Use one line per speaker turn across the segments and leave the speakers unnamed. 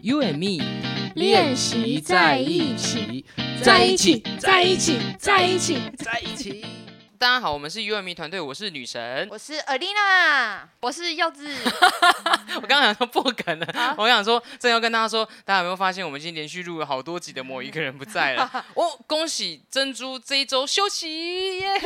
You and me
练习在一
起，
在一起，在一起，在一起。
在一起。大家好，我们是 You and me 团队，我是女神。
我是 Alina，
我是幼稚，
我刚刚想说破梗了，我想说正要跟大家说，大家有没有发现我们已经连续录了好多集的某一个人不在 了？哦，恭喜珍珠这一周休息耶！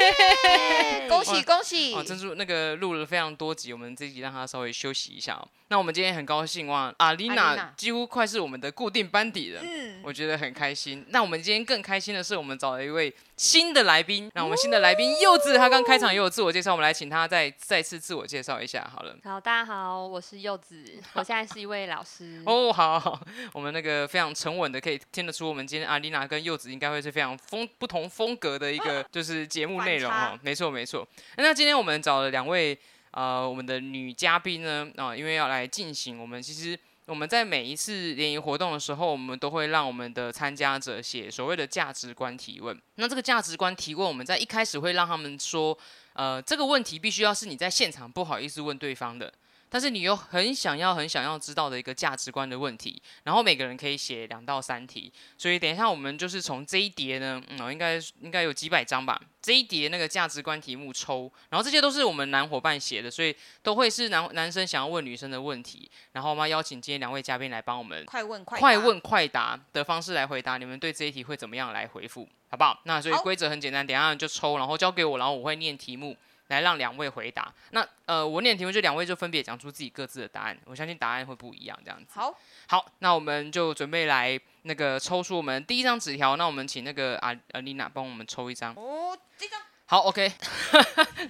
恭喜恭喜！
哦，珍珠那个录了非常多集，我们这集让他稍微休息一下哦。那我们今天很高兴哇，阿丽娜
Alina
几乎快是我们的固定班底了，
嗯，
我觉得很开心。那我们今天更开心的是，我们找了一位新的来宾。那我们新的来宾柚子，他刚开场也有自我介绍，我们来请他再再次自我介绍一下好了。
好，大家好，我是柚子，我现在是一位老师。
哦，好好，我们那个非常沉稳的，可以听得出我们今天阿丽娜跟柚子应该会是非常风不同风格的一个就是节目内容
反
哦。没错没错。那今天我们找了两位呃我们的女嘉宾呢啊、因为要来进行我们其实。我们在每一次联谊活动的时候，我们都会让我们的参加者写所谓的价值观提问。那这个价值观提问，我们在一开始会让他们说，呃，这个问题必须要是你在现场不好意思问对方的，但是你又很想要、很想要知道的一个价值观的问题，然后每个人可以写两到三题，所以等一下我们就是从这一叠呢，嗯，哦应该应该有几百张吧，这一叠那个价值观题目抽，然后这些都是我们男伙伴写的，所以都会是男男生想要问女生的问题，然后我们要邀请今天两位嘉宾来帮我们
快问快
快
答，
问快答的方式来回答，你们对这一题会怎么样来回复，好不好？那所以
好
规则很简单，等一下就抽，然后交给我，然后我会念题目来让两位回答。那呃，我念题目就两位就分别讲出自己各自的答案，我相信答案会不一样，这样子。
好，
好，那我们就准备来那个抽出我们第一张纸条，那我们请那个阿阿丽娜帮我们抽一张。
哦，这张
好，OK，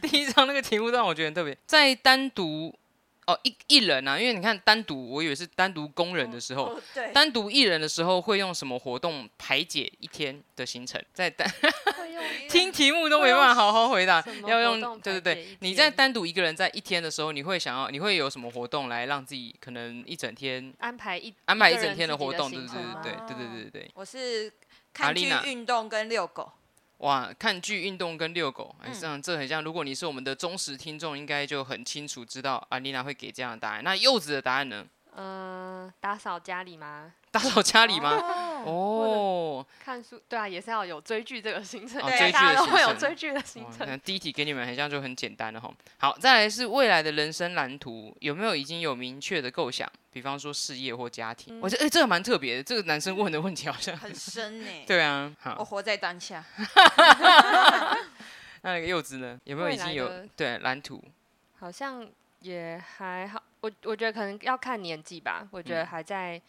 第一张那个题目让我觉得很特别，在单独哦一一人啊，因为你看单独，我以为是单独工人的时候，
哦，对，
单独一人的时候会用什么活动排解一天的行程？在单
会 用
听题目都没办法好好回答
什，么
要
活动
用
排
对对
解
对
一，
你在
天
单独一个人在一天的时候，你会想要你会有什么活动来让自己可能一整天
安排一
安排一
个
整
人
天的
自己
活
的
动？对
行
对
程
对
吗
对对对对对。
我是看剧、
Alina
运动跟遛狗，
哇，看剧、运动跟遛狗，哎，
嗯
这样这很像。如果你是我们的忠实听众，应该就很清楚知道阿丽娜会给这样的答案。那柚子的答案呢？
呃，打扫家里吗？
打扫家里吗？
哦，
哦，
看书，对啊，也是要有追剧这个行程，
哦
对
追剧
大
的
家都
行
会有
程
追剧的行
哇，
程。
哦那第一题给你们很像就很简单了哈。好，再来是未来的人生蓝图，有没有已经有明确的构想？比方说事业或家庭。我觉得哎、这个蛮特别的，这个男生问的问题好像。
很哦深呢。
哦 对啊，
我
好，
活在当下，
那那个柚子呢？有没有已经有
未来的
对蓝图？
好像也还好，我我觉得可能要看年纪吧，我觉得
嗯
还在、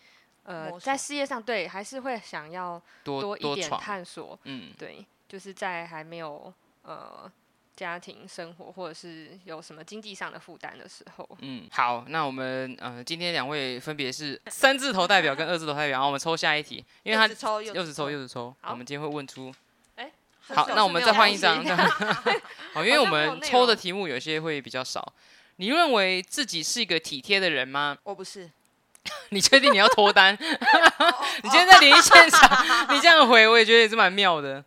摸
呃，在
索
事业上对，还是会想要
多
多一点
闯，
探索，
嗯，
对，就是在还没有呃家庭生活或者是有什么经济上的负担的时候，
嗯，好，那我们呃，今天两位分别是三字头代表跟二字头代表，然后我们抽下一题，因为他
柚子抽
柚子抽柚子抽，
好
我们今天会问出。
很
好，
少
那
是
我们
没有
再换
东
一
西
张。 好，因为
好
我
像没有
们
内
抽的
容
题目有些会比较少。你认为自己是一个体贴的人吗？
我不是，
你确定你要脱 单？
哦
你今天在联谊现场，你这样回，我也觉得也是蛮妙的。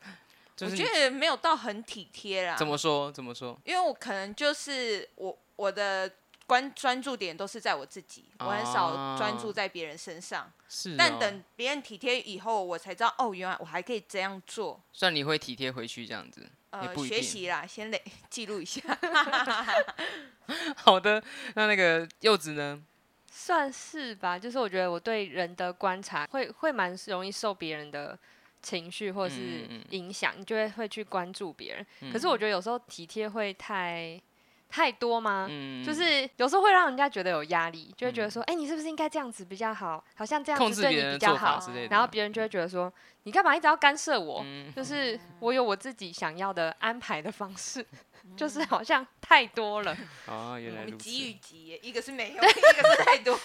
就
我
是
觉
你
得没有到很体贴啦
啊
怎，么说？怎么说？
因为我可能就是我我的。关专注点都是在我自己，我很少专注
哦
在别人身上。
啊是、哦，
但等别人体贴以后，我才知道哦，原来我还可以这样做。
算你会体贴回去这样子。 也
呃，
不一
学
定
习啦，先累记录一下。
好的，那那个柚子呢？
算是吧，就是我觉得我对人的观察会会蛮容易受别人的情绪或
嗯
是
嗯嗯
影响，你就会会去关注别人。
嗯
可是我觉得有时候体贴会太太多吗？
嗯
就是有时候会让人家觉得有压力，就会觉得
嗯
说，哎、你是不是应该这样子比较好？好像这
控
样子
制别
对
人的
你比
做法
较
嗯
好。啊
之类的。
然后别人就会觉得说，你干嘛一直要干涉我？
嗯，
就是我有我自己想要的安排的方式，就是好像太多了。
哦，嗯原来
我
如
们
此。
急与急耶，一个是没有，一个是太多。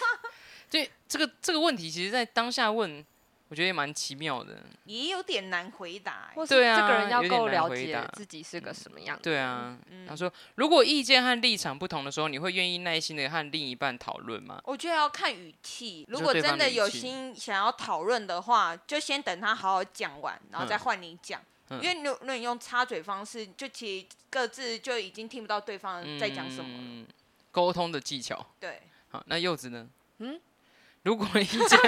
对这个这个问题，其实在当下问，我觉得也蛮奇妙的。
也有点难回答欸。
或是
对
这个
啊
人要
有点
够
难
了
回答嗯
解自己是个什么样的
对
人，
啊，
嗯
他说，如果意见和立场不同的时候，你会愿意耐心的和另一半讨论吗？
我觉得要看语气，如
说
果
对方
真
的
的
语
有
气
心想要讨论的话，就先等他好好讲完，然后再
嗯
换你讲。
嗯
因为如如果你用插嘴方式，就其实各自就已经听不到对
嗯
方在讲什么了。
嗯嗯？沟通的技巧。
对，
好，那柚子呢？
嗯，
如果你意见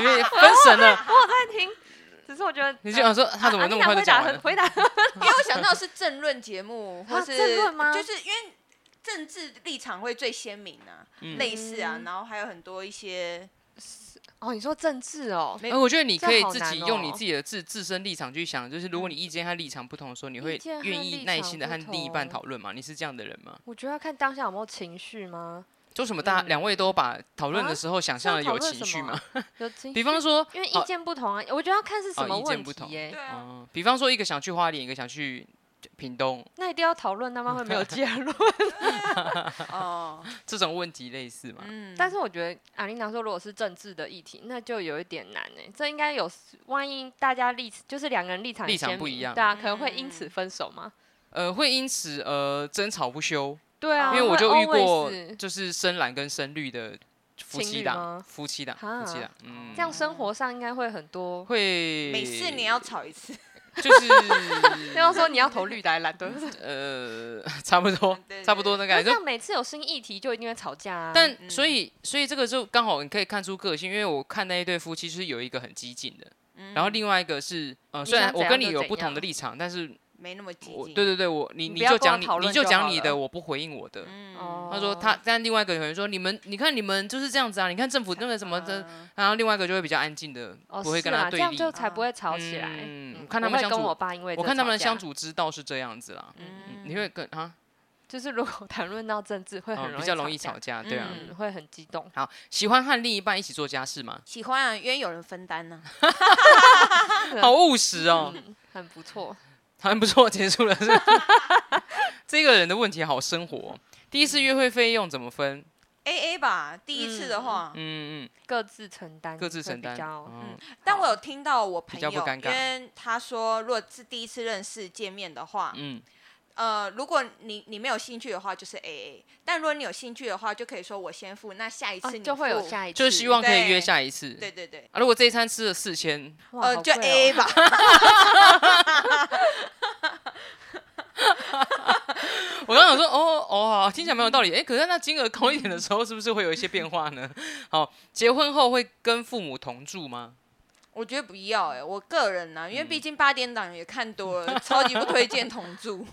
因为分神了，
暂停。只是我觉得啊
你就想说 他怎么那么快就讲完了？
回答 很
因为我想到是政论节目，或
啊
是
政论吗
就是因为政治立场会最鲜明啊，
嗯
类似啊，
嗯
然后还有很多一些
哦，你说政治哦，
没
哎，我觉得你可以
这好
自
难
己用你
哦嗯
自己的自自身立场去想，就是如果你意见和立场不同的时候，你会
意见和
愿意
立
耐
场
心的
不
和另一半
同
讨论吗？你是这样的人吗？
我觉得要看当下有没有情绪吗？
就什么大
嗯
两位都把讨论
啊
的时候想
这
象
样
的
讨
有
论
情
什
绪
么
吗？
有情
比方说，
因为
哦
意见不同啊，我觉得要看是什
哦
么
意见
问
不
题
同
耶、
对啊，
嗯，比方说一个想去花莲，一个想去屏东，
那一定要讨论，那么会没有结论。
哦，
这种问题类似嘛？
嗯，
但是我觉得啊阿琳达说，如果是政治的议题，那就有一点难哎、这应该有，万一大家立就是两个人立场很
立场
鲜
不
明
一样
对啊，可能会因此
嗯
分手吗？
呃，会因此呃争吵不休，
对啊，
因为我
会
就遇过
always
就是深蓝跟深绿的夫
情
妻
侣
档，
吗
夫妻档，
哈哦
夫妻档，嗯，
这样生活上应该会很多。
会
每四年要吵一次，
就是
那要说你要投绿的还是 蓝的，
呃 差不
嗯
多
对对
差不多那
那
感觉，
这
就
样每次有新议题就一定会吵架啊。
但
嗯
所以所以这个就刚好你可以看出个性，因为我看那一对夫妻就是有一个很激进的，
嗯
然后另外一个是呃虽
想
然
怎
我
样
跟你
就
有
怎
不同
样
的立场，但是
没那么激
我
进，
对对对，我你
你
你
不要
就
跟我
讲你
讨
你
论
就
就
讲
好
你
了
的，我不回应我的。
嗯，
哦
他说他，但另外一个有人说你们，你看你们就是这样子啊，你看政府那个什么的，
嗯，
然后另外一个就会比较安静的，
哦
不会
是
跟他
啦，这
对
样
立。
就才不
啊
会吵起来。
嗯
嗯
看他
我
们
会
相
跟
处
我爸因为
我
这
看他
吵
们的
架
相，处之道是这样子啦，
嗯
你会跟啊，
就是如果谈论到政治，会很
嗯，
容
比
易
较容易
吵
吵
架，
架，对啊。
嗯，会很激动。
好，喜欢和另一半一起做家事吗？
喜欢啊，因为有人分担 呢，
对
好务实哦，
嗯，很不错。
还不错，结束了是 吧。这个人的问题好生活哦、第一次约会费用怎么分？
A A 吧，第一次的话，
嗯嗯
各自承担，
嗯，各自承
比
担。
较嗯
哦
但我有听到我朋友，
比较不尴尬
因为他说，如果是第一次认识见面的话，
嗯，
呃，如果你你没有兴趣的话，就是 A A；但如果你有兴趣的话，就可以说我先付，那下一次
啊
你付、
就会有下一次，
哦就是希望可以约
对
下一次。
对对对，
啊，如果这一餐吃了四千，
哇
呃，
好
就
贵哦
A A 吧。
我刚想说，哦哦，好听起来蛮有道理。哎，可是那金额高一点的时候，是不是会有一些变化呢？好，结婚后会跟父母同住吗？
我觉得不要哎、我个人呢、
嗯
因为毕竟八点档也看多了，超级不推荐同 住。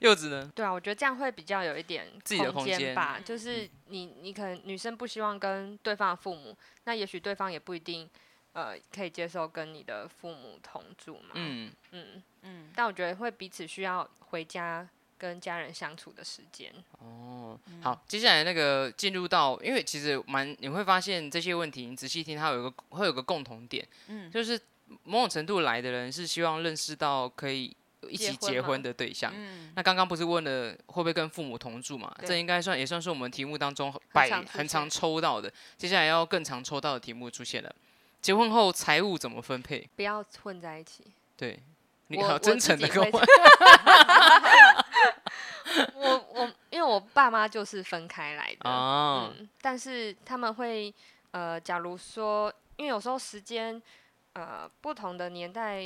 柚子呢？
对啊，我觉得这样会比较有一点
自己的空间
间吧
嗯。
就是你，你可能女生不希望跟对方的父母，那也许对方也不一定，呃，可以接受跟你的父母同住嘛。
嗯，
嗯
嗯，
但我觉得会彼此需要回家跟家人相处的时间。
哦，
嗯
好，接下来那个进入到，因为其实蛮你会发现这些问题，你仔细听，它有一个会有个共同点，
嗯
就是某种程度来的人是希望认识到可以一起
结婚
结
吗
婚的对象。
嗯，
那刚刚不是问了会不会跟父母同住嘛？这
对
应该算也算是我们题目当中百
常出
很常
现
抽到的，接下来要更常抽到的题目出现了。结婚后财务怎么分配？
不要混在一起。
对你
我
好
我
真
自
诚的
己
跟
会
我
我我因为我爸妈就是分开来的，
啊，
嗯，但是他们会呃，假如说，因为有时候时间呃不同的年代，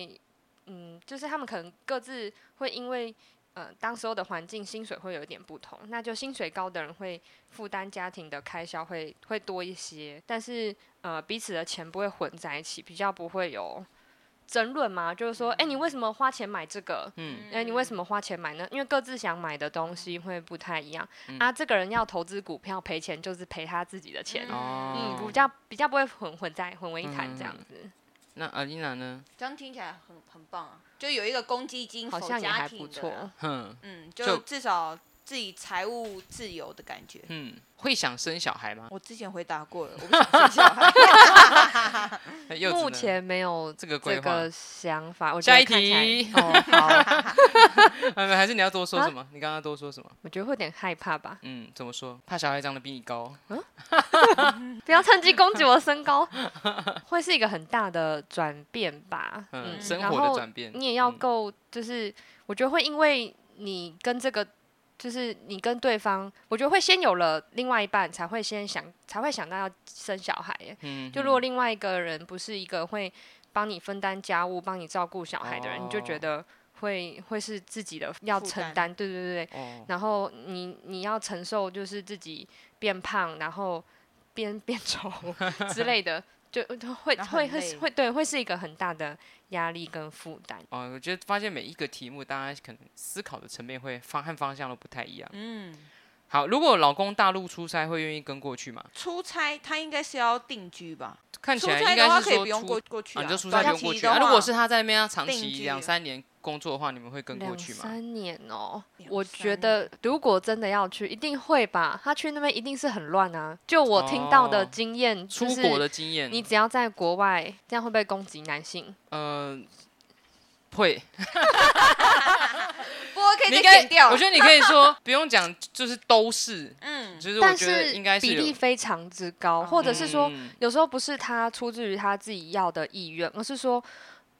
嗯，就是他们可能各自会因为呃当时候的环境，薪水会有一点不同，那就薪水高的人会负担家庭的开销会会多一些，但是呃彼此的钱不会混在一起，比较不会有争论嘛，就是说，哎、你为什么花钱买这个？
嗯
哎、你为什么花钱买呢？因为各自想买的东西会不太一样、
嗯
啊。这个人要投资股票赔钱，就是赔他自己的钱，
嗯
哦
嗯，比较比较不会混混在混为一谈
嗯
这样子。
那阿丽娜呢？
这样听起来很很棒啊，就有一个公积金
好
否
像也
家
还
庭
不
的
错
啦，
哼
嗯，
就
就至少自己财务自由的感觉。
嗯，会想生小孩吗？
我之前回答过了，我不想生小 孩。
那柚子
嗯目
呢
前没有
这个规
这
划，
个想法，我觉
下
得
一
看起
题
来哦，好，
呃 还是你要多说
啊
什么？你刚刚多说什么？
我觉得会有点害怕吧。
嗯，怎么说？怕小孩长得比你高，
不要趁机攻击我的身 高，会是一个很大的转变吧。
嗯，
嗯，
生
然
活的
后
转变，
你也要
嗯
够，就是我觉得会因为你跟这个，就是你跟对方，我觉得会先有了另外一半，才会先想，才会想到要生小孩耶。
嗯，
就如果
嗯
另外一个人不是一个会帮你分担家务、帮你照顾小孩的人，你就
哦
觉得会会是自己的要
负
承
担
担，对对对，
哦，
然后你你要承受就是自己变胖，然后边边抽之类的，就就会
那
会
很
会
累
会对会是一个很大的压力跟负担。
哦，我觉得发现每一个题目，大家可能思考的层面会方和方向都不太一样。
嗯，
好，如果老公大陆出差，会愿意跟过去吗？
出差他应该是要定居吧？
看
出
起来
差
应
的
该
话
是
可以
说
不用
出
过过去
啊，你就出差
短
不用
期
过去
的
啊。如果
话
是他在那边长
定
期
居啊
两三年工作的话，你们会跟过
两
去吗？
三年哦、
两
我
三
觉得如果真的要去，一定会吧。他去那边一定是很乱啊。就我听到的
哦
经验，就
出
是
国的经验，
你只要在国外，这样会不会攻击男性？
呃，会，
不过可
你
以
应
再
该
剪，掉
我。觉得你可以说不用讲，就是都是，
嗯，
就是我
但
觉得
是
应该
比
有
例非常之高，或者是说，
嗯
有时候不是他出自于他自己要的意愿，而是说。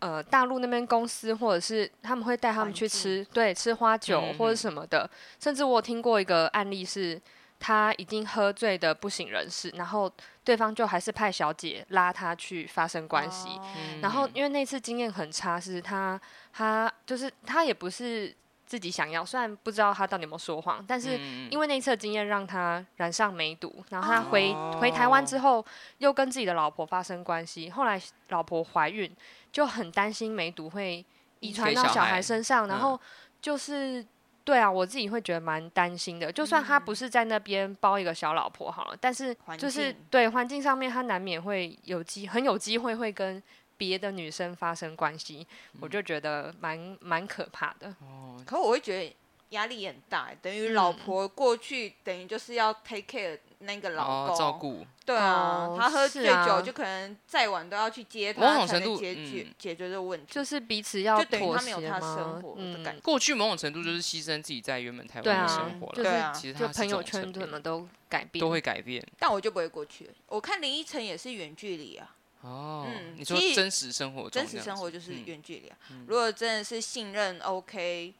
呃，大陆那边公司或者是他们会带他们
环
去
境
吃，对，吃花酒
嗯
或者
嗯
什么的。甚至我有听过一个案例是，他已经喝醉的不省人事，然后对方就还是派小姐拉他去发生关系。
哦
嗯
然后因为那次经验很差，是他他就是他也不是自己想要，虽然不知道他到底有没有说谎，但是
嗯嗯
因为那次的经验让他染上梅毒，然后他
哦
回、回台湾之后又跟自己的老婆发生关系，后来老婆怀孕就很担心梅毒会遗传
给
到
小
小
孩
孩身上，然
嗯
后就是。对啊，我自己会觉得蛮担心的。就算他不是在那边包一个小老婆好了，但是
嗯环
就是
境
对环境上面，他难免会有机很有机会会跟别的女生发生关系，
嗯
我就觉得蛮蛮可怕的。
哦，
可我会觉得压力很大，等于老
嗯
婆过去，等于就是要 take care 那个
哦
老公，
照顾，
对啊，
哦
他喝
是
醉酒
啊
就可能再晚都要去接
某
他，
种
才
程
能
度
解决、
嗯
解决这个问题。
就是彼此要
等于
妥
他没有
协
他
吗
生活的感
嗯
觉
过去某种程度就是牺牲自己在原本台
对
湾
啊
的生活
就
了，
对啊
其实
就
他是
朋
这
友
种层
圈怎
面
么都改变，
都会改变
但我就不会过去。我看林依晨也是远距离啊，
哦。
嗯
你说
其实
真实生活中这样
真
子，
实生活就是
嗯
远距离啊。如果真的是信任 OK，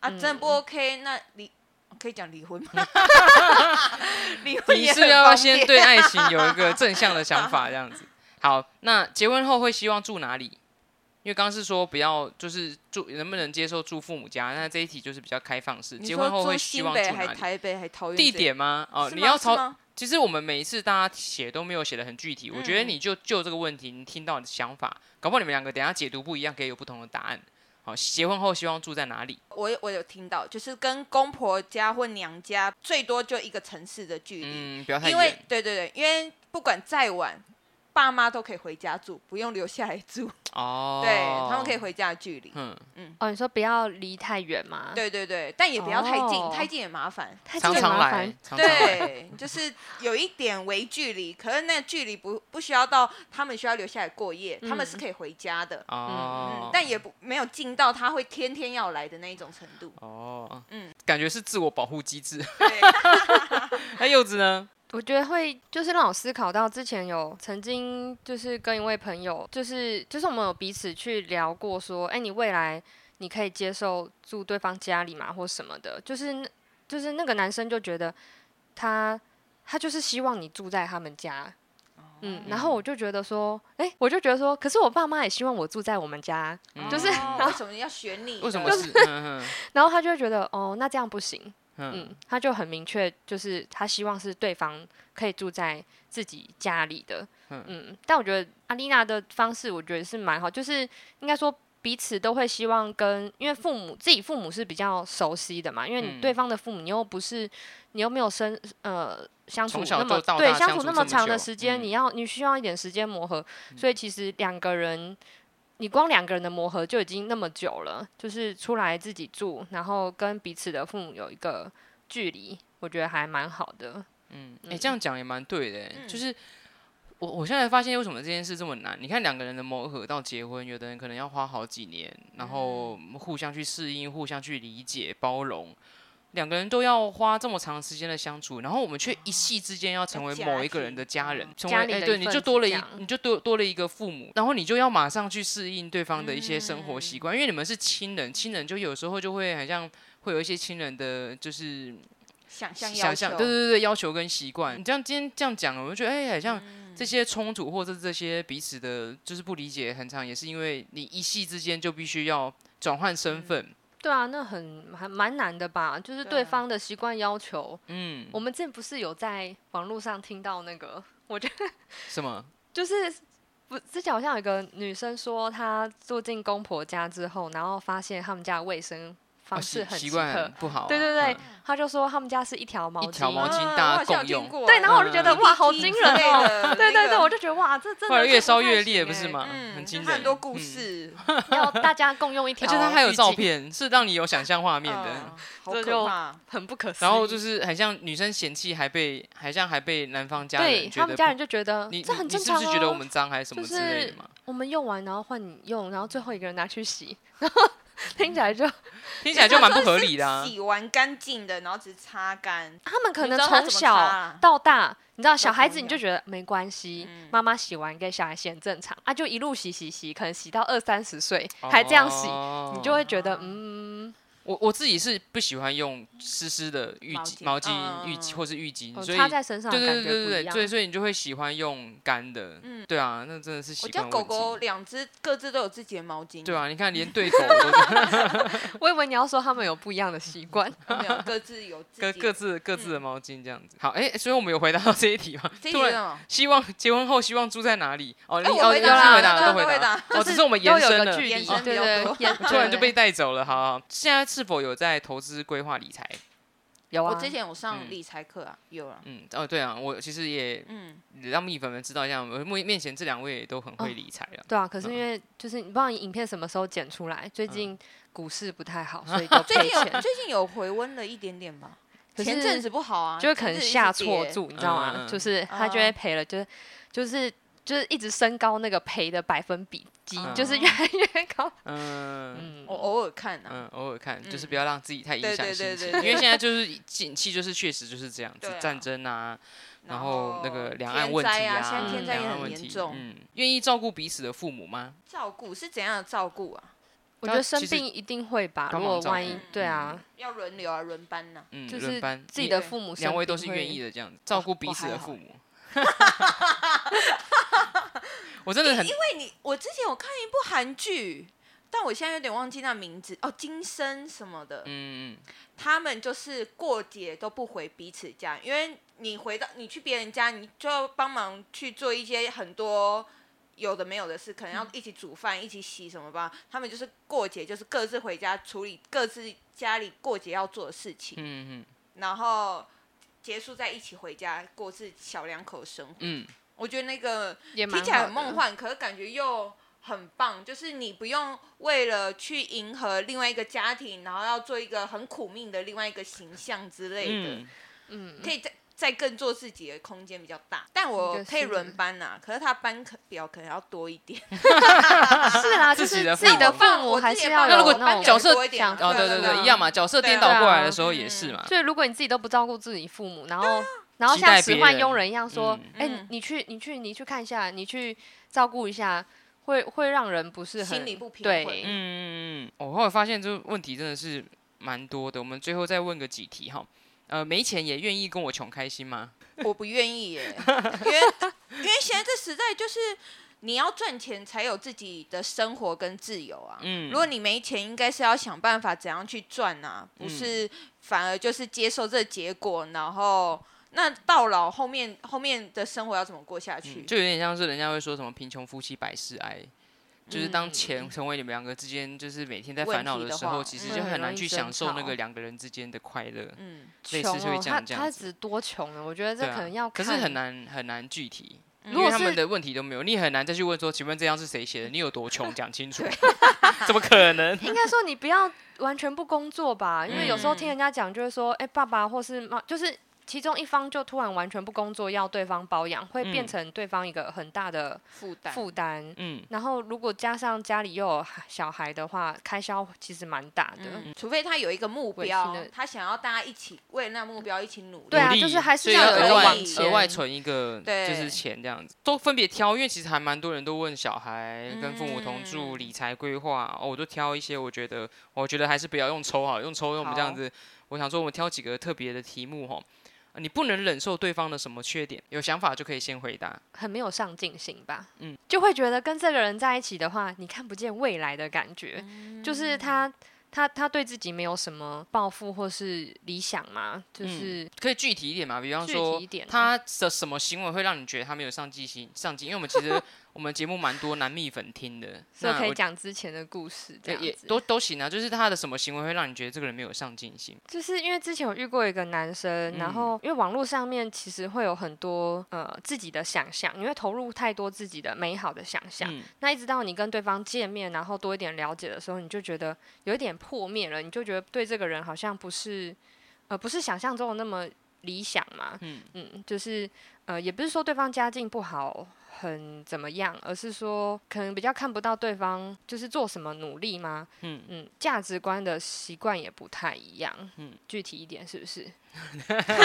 啊，真的不
嗯
OK，那离可以讲离婚吗？ 离婚
你
也
是
很
要
方
先
便
对爱情有一 个正向的想法，这样子。好，那结婚后会希望住哪里？因为刚刚是说不要，就是住能不能接受住父母家？那这一题就是比较开放式。
你
结
说
婚后
住
会希
新
望
北
住哪
还
里？
台北还桃园
地
这
点吗？哦，
是
你
吗
要
是
朝。
吗
其实我们每一次大家写都没有写的很具体，我觉得
嗯
你就就这个问题，你听到你的想法，搞不好你们两个等一下解读不一样，可以有不同的答案。好，结婚后希望住在哪里？
我有我有听到，就是跟公婆家或娘家最多就一个城市的距离，
嗯，不要太
因为
远。
对对对，因为不管再晚，爸妈都可以回家住，不用留下来住，
哦，
对他们可以。回家的距离。
嗯，
哦，你说不要离太远嘛？，
对对对，但也不要太近，
哦
太近也麻烦。
太近
常
也
常
麻
来
烦。，
常常来。
对，就是有一点微距离，可是那个距离不不需要到他们需要留下来过夜，他们是
嗯
可以回家的，
哦
嗯，，但也不没有近到他会天天要来的那一种程 度。
哦，
嗯，
感觉是自我保护机制。
对，
那柚子呢？
我觉得会就是让我思考到之前有曾经就是跟一位朋友，就是就是我们有彼此去聊过说，哎，你未来你可以接受住对方家里嘛，或什么的，就是那就是那个男生就觉得他他就是希望你住在他们家。
哦
嗯，然后我就觉得说，哎、我就觉得说，可是我爸妈也希望我住在我们家，就是
哦 为什么要选你？
嗯为什么是？嗯嗯
然后他就会觉得，哦，那这样不行，
嗯
嗯，他就很明确，就是他希望是对方可以住在自己家里的。
嗯
嗯但我觉得阿丽娜的方式，我觉得是蛮好，就是应该说彼此都会希望跟，因为父母自己父母是比较熟悉的嘛，因为
嗯
你对方的父母，你又不是你又没有生呃相处
从小
那么
就到
对
大相
处
处
那
这么
长的
久
时间，
嗯
你要你需要一点时间磨合，所以其实两个人。你光两个人的磨合就已经那么久了，就是出来自己住，然后跟彼此的父母有一个距离，我觉得还蛮好的。
嗯，哎，这样讲也蛮对的欸，
嗯
就是。我我现在发现为什么这件事这么难？你看两个人的磨合到结婚，有的人可能要花好几年，然后
嗯
互相去适应、互相去理解、包容，两个人都要花这么长时间的相处，然后我们却
哦
一夕之间要成为
家
某一个人
庭
的家人
嗯，
成为
家
哎、
里的
对，
一
你
份
就
子
多了
这
一
样，
你就多多了一个父母，然后你就要马上去适应对方的一些生活习惯，因为你们是亲人，亲人就有时候就会好像会有一些亲人的就是
想象要
想象，
求嗯
对对对，要求跟习
嗯
惯。你这样今天这样讲，我就觉得哎、好像这些冲突或者是这些彼此的，就是不理解，很长也是因为你一夕之间就必须要转换身份，
对啊，那很还蛮难的吧？就是
对
对方的习惯要求，
啊嗯，
我们之前不是有在网络上听到那个，我觉得
什么？
就是不之前好像有一个女生说，她住进公婆家之后，然后发现他们家的卫生
啊
方式
习
很
习
奇
惯
特
很，不好啊。
对对对
嗯，
她就说他们家是一条毛
一条
巾，
毛巾大
啊
家
我好像有
共用
听过
对，然后我就
嗯
觉得哇，好
PPT
惊
之
人
类
哦！
的
对对
那
对，
个
我就觉得哇，这真
后来
的
越
是
烧
不太
越烈，
行
不是
欸？
吗？
嗯，
很惊
它
人，
很多故
嗯。
事，
要大家共用一 条，
而且它还有照，片，是让你有想象画面的
嗯。好
这
可
就
怕。
很不可思议。
然后就是很像女生嫌弃，还被还像还被男方家
对
人
他
觉
们
得
家
不
人就觉得
你
这
你
很
你
正
是
常
不
啊，
是觉得我们脏还是什
就
么之类
是
的嘛？
我们用完然后换你用，然后最后一个人拿去洗， 然后听起来就
听起来就蛮不合理的啊。
洗完干净的，然后只擦干，
他们可
你
能
知道他
从
怎么擦
小
啊
到大，你知道小
都
孩
同
子你
样
就觉得没关系
嗯，
妈妈洗完给小孩洗很正常啊，就一路洗洗洗，可能洗到二三十岁还这样洗，
哦
你就会觉得嗯，
我我自己是不喜欢用湿湿的浴
毛
巾、
巾
毛巾
嗯、
浴
嗯
巾
嗯
或是浴巾，
哦
所以
擦在身上的
对
感觉
对对
不
对
一
对，所以
样。
所以你就会喜欢用干的。
嗯
对啊，那真的是习
我家
惯
狗
问
狗
题。
两只各自都有自己的毛巾，
对啊，你看连对狗都
我以为你要说他们有不一样的习 惯，
没有各自有自
各
己
各自各自的毛巾这样子。好，哎，所以我们有回答到这一题吗？
自己
突然
的。
希望结婚后希望住在哪里？哦，你
哎，
哦
我
你
回
都
答
有
啦
回
啦
答
我
都回
回
答，
答，
哦，只是我们
都
延
有
伸
个
了
距
延
离，
伸
对
比较
对
多，
延
突然就 被
对
带走了。好，好现在是否有在投资规划理财？
有
我
啊
之，前有上
嗯
理财课啊，有啊，
嗯，哦，对啊，我其实也
嗯，
让蜜粉们知道一下，我目面前这两位也都很
哦
会理财了。
对啊，可是
嗯
因为就是你不知道你影片什么时候剪出来，最
嗯
近股市不太好，所 以就
最
赔
近有
钱，
最近有回温了一点点吧，
可
前
是
阵子不好啊，
就是可
前
能
阵子一直
下错
跌，
注，你知道
嗯嗯
吗
嗯？
就是他就会赔了，就是就是就是一直升高那个赔的百分比几，就是越来越高。
嗯
嗯
我，偶尔看啊，
嗯，偶尔看，就是
嗯
不要让自己太影
对
响
对
心
对
情，
对
因为现在就是景气，就是确实就是这样子
对，啊
战争啊，然后那个两岸
天
问题
灾啊，现在
嗯
天
两
灾也
岸
很
问
严
题
重，
嗯，愿意照顾彼此的父母吗？
照顾是怎样的照顾啊？
我
他
觉得
其
生
实
病一定会吧，
帮
如
忙
果
照
万
顾
一对啊，
要轮流啊，轮班呐，
嗯，
就
轮
是
班
自己
你
的父母
两
生
位都
病
是愿
会
意的这样子，照顾彼
我
此
还
的
哦好
父母。 我真的很
因为你我之前有看一部韩剧，但我现在有点忘记那名字哦，今生什么的，
嗯，嗯
他们就是过节都不回彼此家，因为你回到你去别人家，你就要帮忙去做一些很多有的没有的事，可能要一起煮饭、一起洗什么吧。他们就是过节就是各自回家处理各自家里过节要做的事情，
嗯嗯
然后结束再一起回家过自己小两口生活。
嗯
我觉得那个
也蛮
听起来
好
很梦
的。
幻，可是感觉又很棒。就是你不用为了去迎合另外一个家庭，然后要做一个很苦命的另外一个形象之类的，
嗯
嗯，
可以在在更做自己的空间比较大。但我
个
可以
是
轮班呐、可是他班可表可能要多一点。
是啦，就
自己
是
的
自己
父
的
母
父母还是要
那如
有
果
那种
角色
多一点啊，
嗯，哦，对
对
对
对
对，一样嘛，角色
对
颠
啊
倒过来
对
的
啊
时候也是
嗯
嘛，
所以如果你自己都不照顾自己父母，然后然后
啊期待
像
别
使唤
人
佣人一样说
嗯，
哎、
嗯
你去你去你去看一下，你去照顾一下，会会让人不是很
心理不平衡
对，
嗯嗯嗯，我后来发现这问题真的是蛮多的，我们最后再问个几题哈。呃，没钱也愿意跟我穷开心吗？
我不愿意耶，因为因为现在这时代就是你要赚钱才有自己的生活跟自由啊。
嗯
如果你没钱，应该是要想办法怎样去赚啊，不
嗯
是反而就是接受这结果，然后那到老后面后面的生活要怎么过下去？
嗯就有点像是人家会说什么贫穷夫妻百事哀，就是当
嗯
钱成为你们两个之间就是每天在
问
烦恼
题
的
的
时
话
候，其实
嗯
就
很
很
容
难
易
去
争
享受那
吵
个两个人之间的快乐。
嗯
类
穷
似就会
哦，
这
他
样这样
他
子
指多穷呢？我觉得
对
这可能要
啊，可
看，
是很难很难具体，
嗯
因
如
为
果
他们
是
的问题都没有，你很难再去问说，请问这样是谁写的？你有多穷？讲清楚， 怎么可能？
应该说你不要完全不工作吧，因为有时候
嗯
听人家讲就会说，哎、爸爸或是妈，就是其中一方就突然完全不工作，要对方包养，会变
嗯
成对方一个很大的
负担
负担。
嗯，
然后如果加上家里又有小孩的话，开销其实蛮大的。
嗯，除非他有一个目
我也是
标
那，
他想要大家一起为那目标一起努力。
对啊
努力
就是还
所
是
以
要有一
额
个
外
往
额
前
外存一个，就
对
是钱这样子，都分别挑，因为其实还蛮多人都问小孩跟父母同住、
嗯
理财规划，哦，我都挑一些，我觉得我觉得还是不要用抽好了，用抽因为我们这样
好
子，我想说我们挑几个特别的题目哈。呃你不能忍受对方的什么缺点，有想法就可以先回答。
很没有上进心吧，
嗯
嗯，
嗯
嗯
就会觉得跟这个人在一起的话，你看不见未来的感觉，就是他他他对自己没有什么抱负或是理想吗？
嗯
就是
可以具体一点嘛？比方
具
说
体一点啊
他的什么行为会让你觉得他没有上进心上进？因为我们其实 我们节目蛮多男蜜粉听的，
所以
那
可以
我
讲之前的故事这
也
样
也
子。
都都行啊，就是他的什么行为会让你觉得这个人没有上进心？
就是因为之前我遇过一个男
嗯
生，然后因为网络上面其实会有很多呃自己的想象，你会投入太多自己的美好的想象，
嗯
那一直到你跟对方见面，然后多一点了解的时候，你就觉得有一点破灭了，你就觉得对这个人好像不是，呃，不是想象中的那么理想嘛。
嗯
就是呃，也不是说对方家境不好，很怎么样，而是说可能比较看不到对方就是做什么努力吗？
嗯，
嗯，价值观的习惯也不太一样。
嗯
嗯，具体一点是不是？就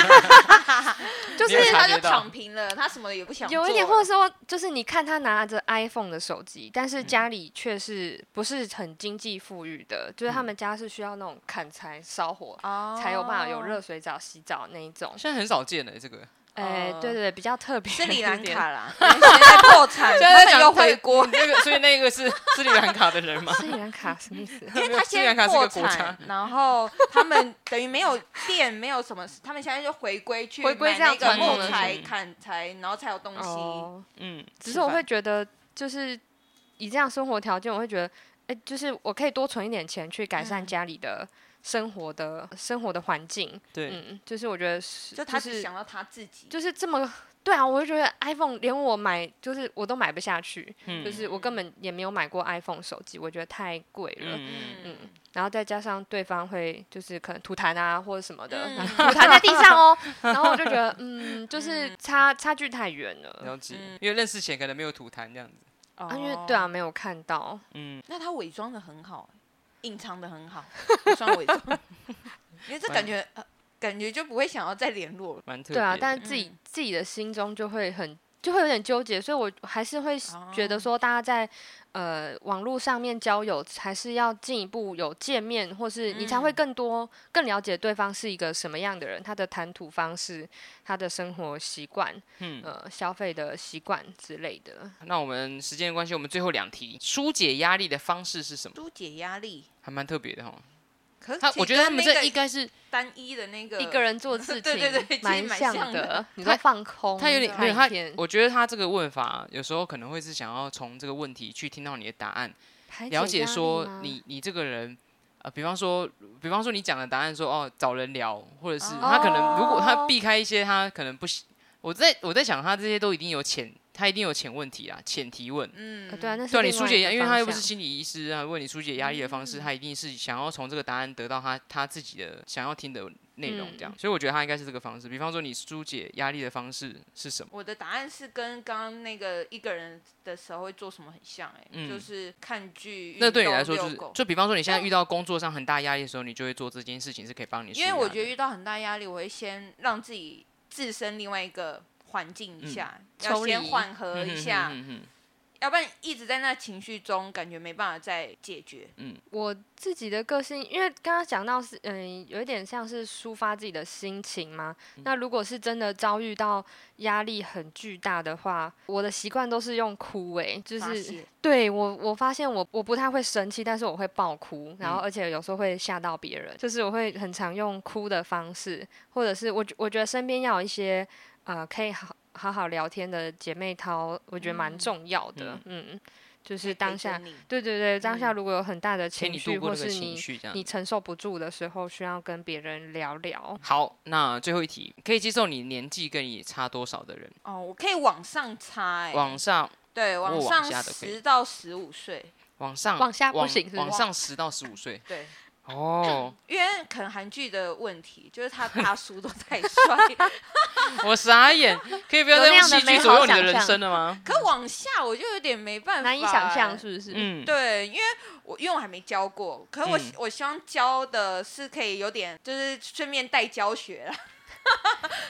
你有
是
察
他
觉
就
到
躺平了，他什么也不想做了。
有一点，或者说，就是你看他拿着 iPhone 的手机，但是家里却是不是很经济富裕的，就是他们家是需要那种砍柴烧火。
哦
才有办法有。热水澡、洗澡那一种，
现在很少见了这个。
哎、
哦
对对对，比较特别一
斯
点。
里兰卡 啦，现在破产，
现在在
他们
讲
又回国，
那个，所以那个是斯里兰卡的人吗？
斯里兰卡什么意思？
因为他
斯里
先
兰卡是
破
个国家
产，，然后他们等于没有电，没有什么，他们现在就回归去
回归
买
这样
那个
传
木
统的
材
东西
砍柴，然后才有东西。
哦，
嗯，
只
吃
是我
饭
会觉得，就是以这样生活条件，我会觉得，哎、就是我可以多存一点钱去改善
嗯
家里的生活的、生活的环境。
对
嗯，就是我觉得是，
就他
就
只
是
想到他自己，
就是这么。对啊，我就觉得 iPhone 连我买就是我都买不下去，
嗯
就是我根本也没有买过 iPhone 手机，我觉得太贵了。
嗯，
嗯
然后再加上对方会就是可能吐痰啊或者什么的，
嗯
然后吐痰在地上哦，然后我就觉得嗯，就是差差距太远了。
嗯了解，因为认识前可能没有吐痰这样子。
啊，因为对
哦
啊，，没有看到，
嗯，
那他伪装的很好，欸隐藏的很好，不算伪装，因为这感觉、呃、感觉就不会想要再联络了。
蛮特别
对
的。
啊，但自己、
嗯
自己的心中就会很就会有点纠结，所以我还是会觉
哦
得说，大家在、呃网络上面交友，还是要进一步有见面，或是你才会
嗯
更多、更了解对方是一个什么样的人，他的谈吐方式、他的生活习惯、
嗯
呃消费的习惯之类的。
那我们时间的关系，我们最后两题，疏解压力的方式是什么？
疏解压力，
还蛮特别的哈。
可是
他
其实
我觉得他们
跟那
这
个
应该是
单一的那个
一个 人做事情，
对对对其实
蛮
蛮像
像
的
的。你
他
说放空，
他有点没有
看
他
片，，
我觉得他这个问法有时候可能会是想要从这个问题去听到你的答案，
排
了解
解压力
说
吗
你你这个人。呃，比方说，比方说你讲的答案说哦找人聊，或者是
哦
他可能如果他避开一些他可能不喜，我在我在想他这些都一定有潜，他一定有潜问题啊，潜提问。
嗯
呃对啊，那是
对啊，你
另
疏
外
解
一
压，
个
因为
方
他又不
向嗯
是心理医师啊，问你疏解压力的方式，他一定是想要从这个答案得到他他自己的想要听的内容，
嗯
这样。所以我觉得他应该是这个方式。比方说，你疏解压力的方式是什么？
我的答案是跟刚刚那个一个人的时候会做什么很像、哎、
嗯
就是看剧。
那对你
运动
来说就
遛
是
狗，
就比方说你现在
但
遇到工作上很大压力的时候，你就会做这件事情，是可以帮你舒
因
压的。
为我觉得遇到很大压力，我会先让自己置身另外一个环境一下，要
抽
先
离
缓和
嗯
一
哼
下，
哼哼哼
要不然一直在那情绪中，感觉没办法再解决。
我自己的个性，因为刚刚讲到是，嗯，有一点像是抒发自己的心情嘛。那如果是真的遭遇到压力很巨大的话，我的习惯都是用哭、欸，就
发
是
泄
对我，我发现我我不太会生气，但是我会爆哭，然后
嗯
而且有时候会吓到别人，就是我会很常用哭的方式，或者是我觉我觉得身边要有一些呃可以好好好聊天的姐妹淘，我觉得蛮
嗯
重要的，嗯，就
可以
是当下
整理
对对对，当下
嗯
如果有很大的
陪
情
你
绪，
度过
或
那个
是
情
你
绪，这样
你。承受不住的时候，需要跟别人聊聊。
好，那最后一题，可以接受你年纪跟你差多少的人？
哦，我可以往上插、哎，
往上，
对，往
往
上
下的可以
十到十五岁，
往上，
往下不行是不
往
是
上十到十五岁。
对，
哦，
因为可能韩剧的问题就是 他大叔都太帅，
我傻眼，可以不要再
有
用
那样的
戏剧
美
左
好
右你的
想
人
象
生了 吗？
可往下我就有点没办法、
难以想象，
哎
是不是？
嗯，
对，因为我因为我还没教过，可是我、
嗯
我希望教的是可以有点，就是顺便带教学啦。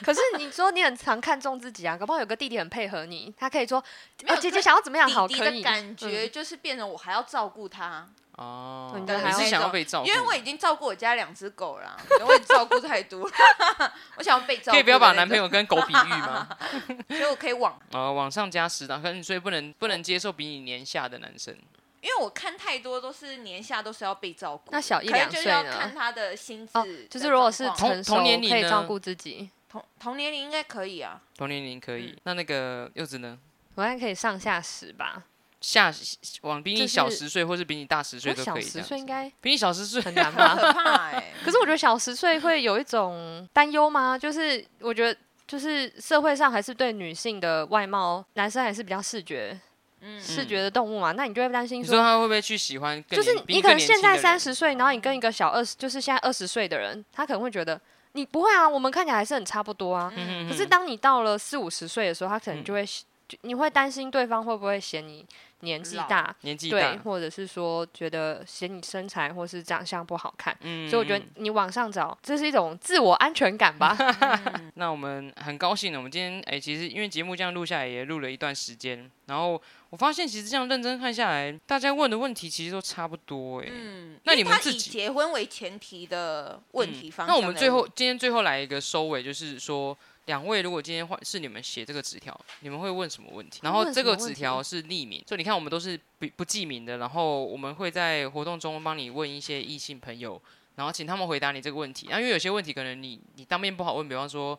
可是你说你很常看重自己啊，搞不好有个弟弟很配合你，他可以说，
没
呃，
有
姐
可
姐想要怎么样 好，
弟弟
可
的
以。嗯
感觉就是变成我还要照顾他，
哦，
你
你
就还
是
要
想要
照
被照顾，
因为我已经照顾我家两只狗啦，因为我也照顾太多， 我想要被照顾。
可以不要把男朋，友跟狗比喻吗？ 哦
所以我可以往
啊，往上加十档，可是所以不能不能接受比你年下的男生。
因为我看太多都是年下都是要被照顾，
那小一
可能
两
就是
岁
要
呢
看他的心智
哦
的状况、，
就是如果是
同
成熟，
同年龄
可以照
呢
顾自己，
同同年龄应该可以 啊，
同年龄可以。
嗯
那那个柚子呢？
我看可以上下十吧。
下往比你
就是
小十岁，或是比你大十岁
我
都
小
可以这
十
样
岁
子。
应该
比你小十岁，
很难
很
吧？
可怕哎、
可是我觉得小十岁会有一种担忧吗？就是我觉得。就是社会上还是对女性的外貌，男生还是比较视觉、
嗯，
视觉的动物嘛，那你就会担心
你
说
说，他会不会去喜欢更
就
年？
是
比
你
嗯你
可
更
能
年
现
轻
在
的人
三十岁，然后你跟一个小二十，就是现在二十岁的人，他可能会觉得你不会啊，我们看起来还是很差不多啊。
嗯
可是当你到了四五十岁的时候，他可能
嗯
就会，就你会担心对方会不会嫌你年纪大，
年纪
对，
大，
或者是说觉得嫌你身材或是长相不好看。
嗯
所以我觉得你往上找，这是一种自我安全 感吧。
嗯那我们很高兴呢，我们今天哎、其实因为节目这样录下来也录了一段时间，然后我发现其实这样认真看下来，大家问的问题其实都差不多哎、
嗯，
那
因为
你们
他
自
以
己
结婚为前提的问题方
嗯
向
那
来
我
问、
们最后今天最后来一个收尾，就是说两位如果今天换是你们写这个纸条，你们会问什么问题？然后
问
这
什么
个
问
纸
题
条是匿名，所以你看我们都是不不记名的，然后我们会在活动中帮你问一些异性朋友，然后请他们回答你这个问题。那、因为有些问题可能你你当面不好问，比方说。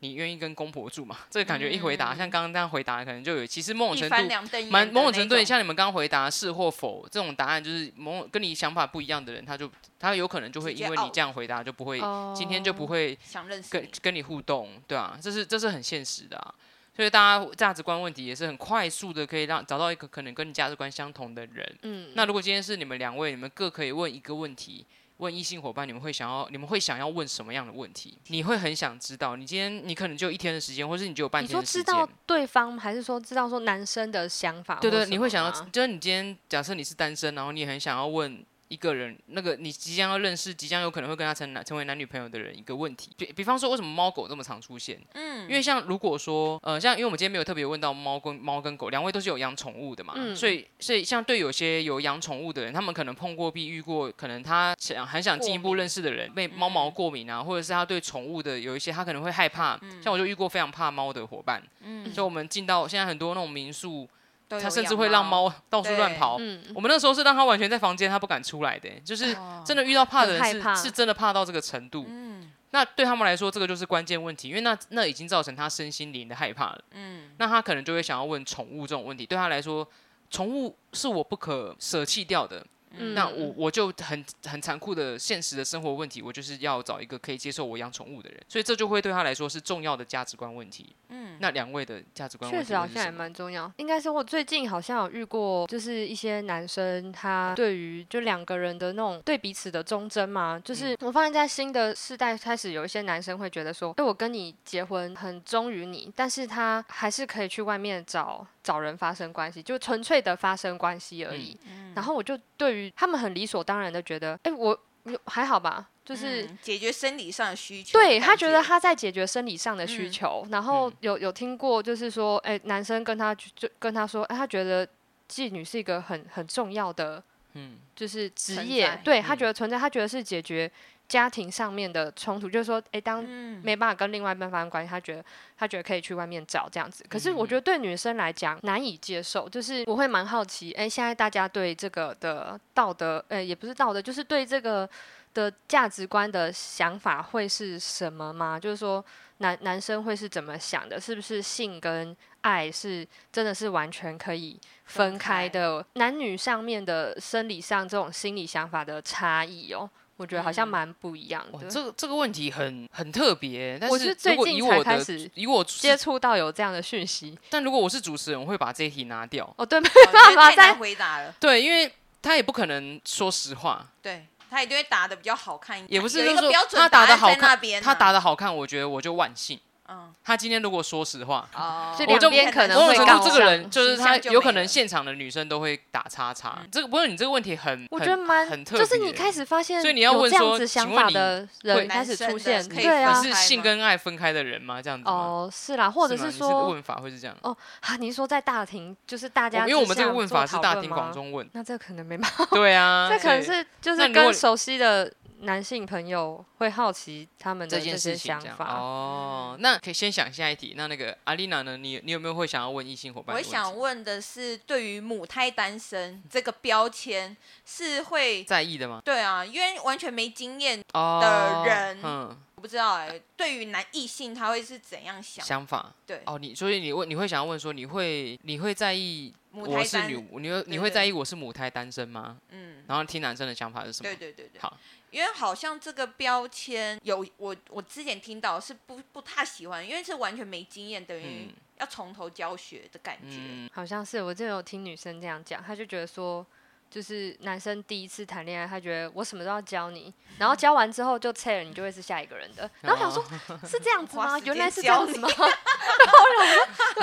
你愿意跟公婆住吗？ 这个感觉一回答，像刚刚那样回答，可能就有。其实某种
嗯一
程
翻
度，
两瞪眼
蛮
的
某种
嗯那
程度，
种
像你们刚刚回答是或否这种答案，就是某跟你想法不一样的人，他就他有可能就会
直接
因为你
out
这样回答就不会，
哦
今天就不会
想认识
跟
你，
跟你互动，对啊，这是这是很现实的啊。所以大家价值观问题也是很快速的，可以让找到一个可能跟你价值观相同的人。
嗯，
那如果今天是你们两位，你们各可以问一个问题，问异性伙伴，你们会想要你们会想要问什么样的问题？你会很想知道，你今天你可能只有一天的时间，或是你只有半
你
天
说
的时
知
间。
道对方，还是说知道说男生的想啊法或什
对
么吗？
对，你会想要，就是你今天假设你是单身，然后你也很想要问一个人，那个你即将要认识、即将有可能会跟他成男成为男女朋友的人一个问题。比比方说，为什么猫狗这么常出现？
嗯，
因为像如果说，呃，像因为我们今天没有特别问到猫跟猫跟狗，两位都是有养宠物的嘛，
嗯
所以所以像对有些有养宠物的人，他们可能碰过壁遇过，可能他想很想进一步
过敏
认识的人
嗯
被猫毛过敏啊，或者是他对宠物的有一些他可能会害怕，
嗯
像我就遇过非常怕猫的伙伴，
嗯
所以我们进到现在很多那种民宿。
都
它
有
甚至
养
会让猫到处乱
对
跑。
嗯，
我们那时候是让它完全在房间，它不敢出来的、欸就是
哦
真的遇到怕的
很
人
害
是
怕
是真的怕到这个程度。
嗯
那对他们来说，这个就是关键问题，因为那那已经造成他身心灵的害怕了。
嗯
那他可能就会想要问宠物这种问题，对他来说，宠物是我不可舍弃掉的。
嗯
那我我就很很残酷的现实的生活问题，我就是要找一个可以接受我养宠物的人，所以这就会对他来说是重要的价值观问题。
嗯
那两位的价值观问
确
题
实好
会是
像也
什么
蛮重要，应该是我最近好像有遇过，就是一些男生他对于就两个人的那种对彼此的忠贞嘛，
嗯
就是我发现在新的世代开始有一些男生会觉得说，哎，我跟你结婚很忠于你，但是他还是可以去外面找找人发生关系，就纯粹的发生关系
嗯
而已。然后我就对于他们很理所当然的觉得，哎，我你还好吧，就是。
嗯解决生理上的需求的感，
对他觉得他在解决生理上的需
嗯
求，然后
嗯
有有听过，就是说，哎、男生跟他去就跟他说，哎、他觉得妓女是一个很很重要的，
嗯
就是职
存
业
在，
对他
嗯
觉得存在，他觉得是解决家庭上面的冲突，就是说，哎、当
嗯
没办法跟另外一半发生关系，他觉得他觉得可以去外面找这样子。可是
嗯
我觉得对女生来讲难以接受，就是我会蛮好奇，哎、现在大家对这个的道德，呃、也不是道德，就是对这个的价值观的想法会是什么吗？就是说男男生会是怎么想的？是不是性跟爱是真的是完全可以分
分
开
开
的？男女上面的生理上这种心理想法的差异哦。我觉得好像
嗯
蛮不一样
哇，
的。
这个这个问题很很特别，但
我
是
是最
如果
近
以
才
我
开
的
始
以我是
接触到有这样的讯息，
但如果我是主持人，我会把这一题拿掉。
哦，对，没
哦
办
这
法
太难
再
回答了，
对，因为他也不可能说实话，
对他一定会答的比较好看一点，
也不是
有一
就
个
说
标准
他
答
打的
案
好
在那
看
边，
他
呢
答的好看，我觉得我就万幸。
嗯
他今天如果说实话，
哦，
就
两我就
边可能
某种
会
程
杠
度这个
上
人就是
形
他
象就
有可
没
能
了
现场的女生都会打叉叉。这个不是你这个问题很，
嗯我
很
觉得蛮，
很特
就
别。
是你开始发现，
所以你要问
这样
说
子想
请问
法
你
的
会
人开始
男
出
生的
现，
可以
对啊
分
你，是
开
性
吗
跟爱分开的人吗？这样子吗？
哦，是啦，或者
是吗你
说
问法会是这样。
哦啊，你说在大庭，就是大
因
家之
为
下
我们这个
做
问法是
讨
大
论
庭广
吗，
众问，
那这可能没办法，
对啊，
这可能
所以
是就
那
是
如果
跟熟悉的男性朋友会好奇他们的
这件
些
事情
想
这样
法。
嗯
哦，那可以先想下一题。那那个阿丽娜呢？你你有没有会想要问异性伙伴
我
的问
会
题？
想问的是，对于母胎单身这个标签是会
在意的吗？
对啊，因为完全没经验，
哦，
人
嗯，
我不知道哎、对于男异性他会是怎样想？
想法
对，
哦，你所以你问你会想要问说，你会你会在意
母
我
胎
是
单
女，，你会你
对
会
对
在意我是母胎单身吗？
嗯，
然后听男生的想法是什么？
对对对对。
好，
因为好像这个标签有我我之前听到是不不太喜欢，因为是完全没经验，等于
嗯
要从头教学的感觉。
嗯，
好像是我就有听女生这样讲，她就觉得说，就是男生第一次谈恋爱，他觉得我什么都要教你，然后教完之后就切了，你就会是下一个人的。然后我想说，是这样子
花
吗？
时间
原来是这样子吗？ 然后我想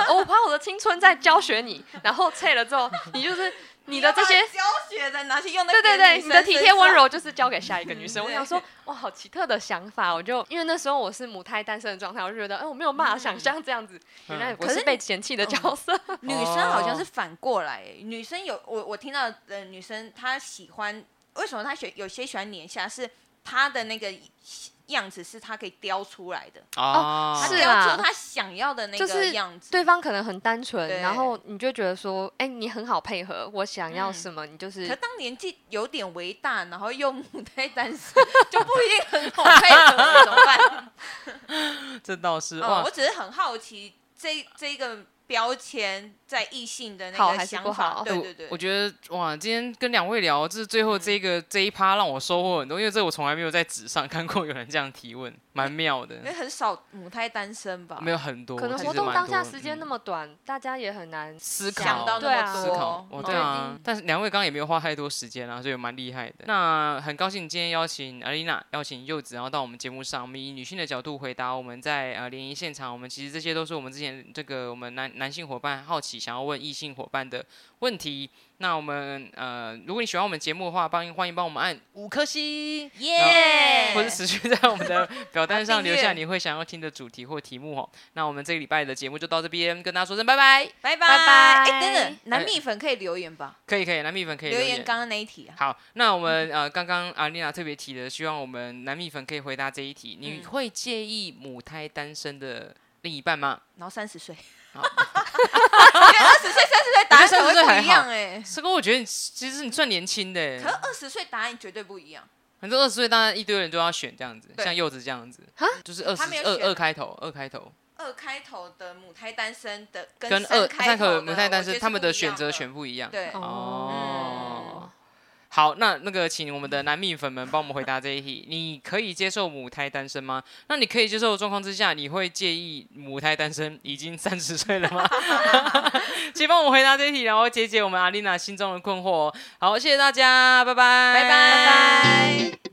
说，我花我的青春在教学你，然后切了之后，你就是 你的这些
要。把教学的拿去用在
对对
别的
对，
女
你的
生
体
身
贴温
上，
柔就是交给下一个女 生。我
对
想说，哇，好奇特的想法，哦我就因为那时候我是母胎单身的状态，我就觉得，哎、我没有办法想象这样子，原
嗯
来我
可是
是被嫌弃的角色。
哦
女生好像是反过来欸、女生有我我听到的呃女生她喜欢，为什么她喜有些喜欢年下是她的那个样子是她可以雕出来的，
哦
她
是
雕
啊
出她想要的那
就
个
是
样子。
对方可能很单纯，
对
然后你就觉得说，哎、你很好配合，我想要
嗯
什么，你就是
可当年纪有点微大，然后又母胎单身，就不一定很好配合，怎么 办？
这倒是
哦，
哇
我，只是很好奇这这个标签在异性的
好还
那个
是
想
不
法，
好
对
我
对嗯对，
我觉得哇，今天跟两位聊，这最后这个、这一趴让我收获很多，因为这我从来没有在纸上看过有人这样提问，蛮妙的
因为，很少母胎单身吧，
没有很多，
可能
其
活
实
动
蛮
当
多
下
的
时间
嗯
那么短，大家也很难。
思考
想到那
对
么
啊
思考
多，，
哦，
嗯
对啊
嗯，
但是两位刚刚也没有花太多时间啊，所以蛮厉害的。那很高兴今天邀请阿丽娜、邀请柚子，然后到我们节目上，我们以女性的角度回答我们在呃联谊现场，我们其实这些都是我们之前这个我们男男性伙伴好奇想要问异性伙伴的问题。那我们呃，如果你喜欢我们节目的话，帮欢迎帮我们按五颗星。
耶，
或者持续在我们 的表单上
订
留下
阅
你会想要听的主题或题目哦。那我们这个礼拜的节目就到这边，跟大家说声拜拜。
拜拜
拜拜
哎，等等，男
哎
蜜粉可以留言吧？
可以可以，男蜜粉可以
留
留
言刚刚那一题啊，
好，那我们呃，刚刚阿丽娜特别提的，希望我们男蜜粉可以回答这一题。你
嗯
会介意母胎单身的另一半吗？
然后三十岁，
好
二十岁、三十岁答案
我觉得30岁
可能会
还
不一样哎，
这个我觉得你其实你算年轻的
可是
欸，
二十岁答案绝对不一样，
很多二十岁当然一堆人都要选这样子，
对
像柚子这样子，就是二十
他没有
二
选
二开头，二开头
二开头的母胎单身的跟
跟
三
二
开头
头
的
母胎单
我觉得
身
是
他们
不一
的
样
选择权不一样。
对，
嗯
嗯
哦。好，那那个，请我们的男蜜粉们帮我们回答这一题。你可以接受母胎单身吗？那你可以接受的状况之下，你会介意母胎单身已经 三十岁了吗？请帮我们回答这一题，然后解解我们阿丽娜心中的困惑、哦。好，谢谢大家，拜拜，
拜拜。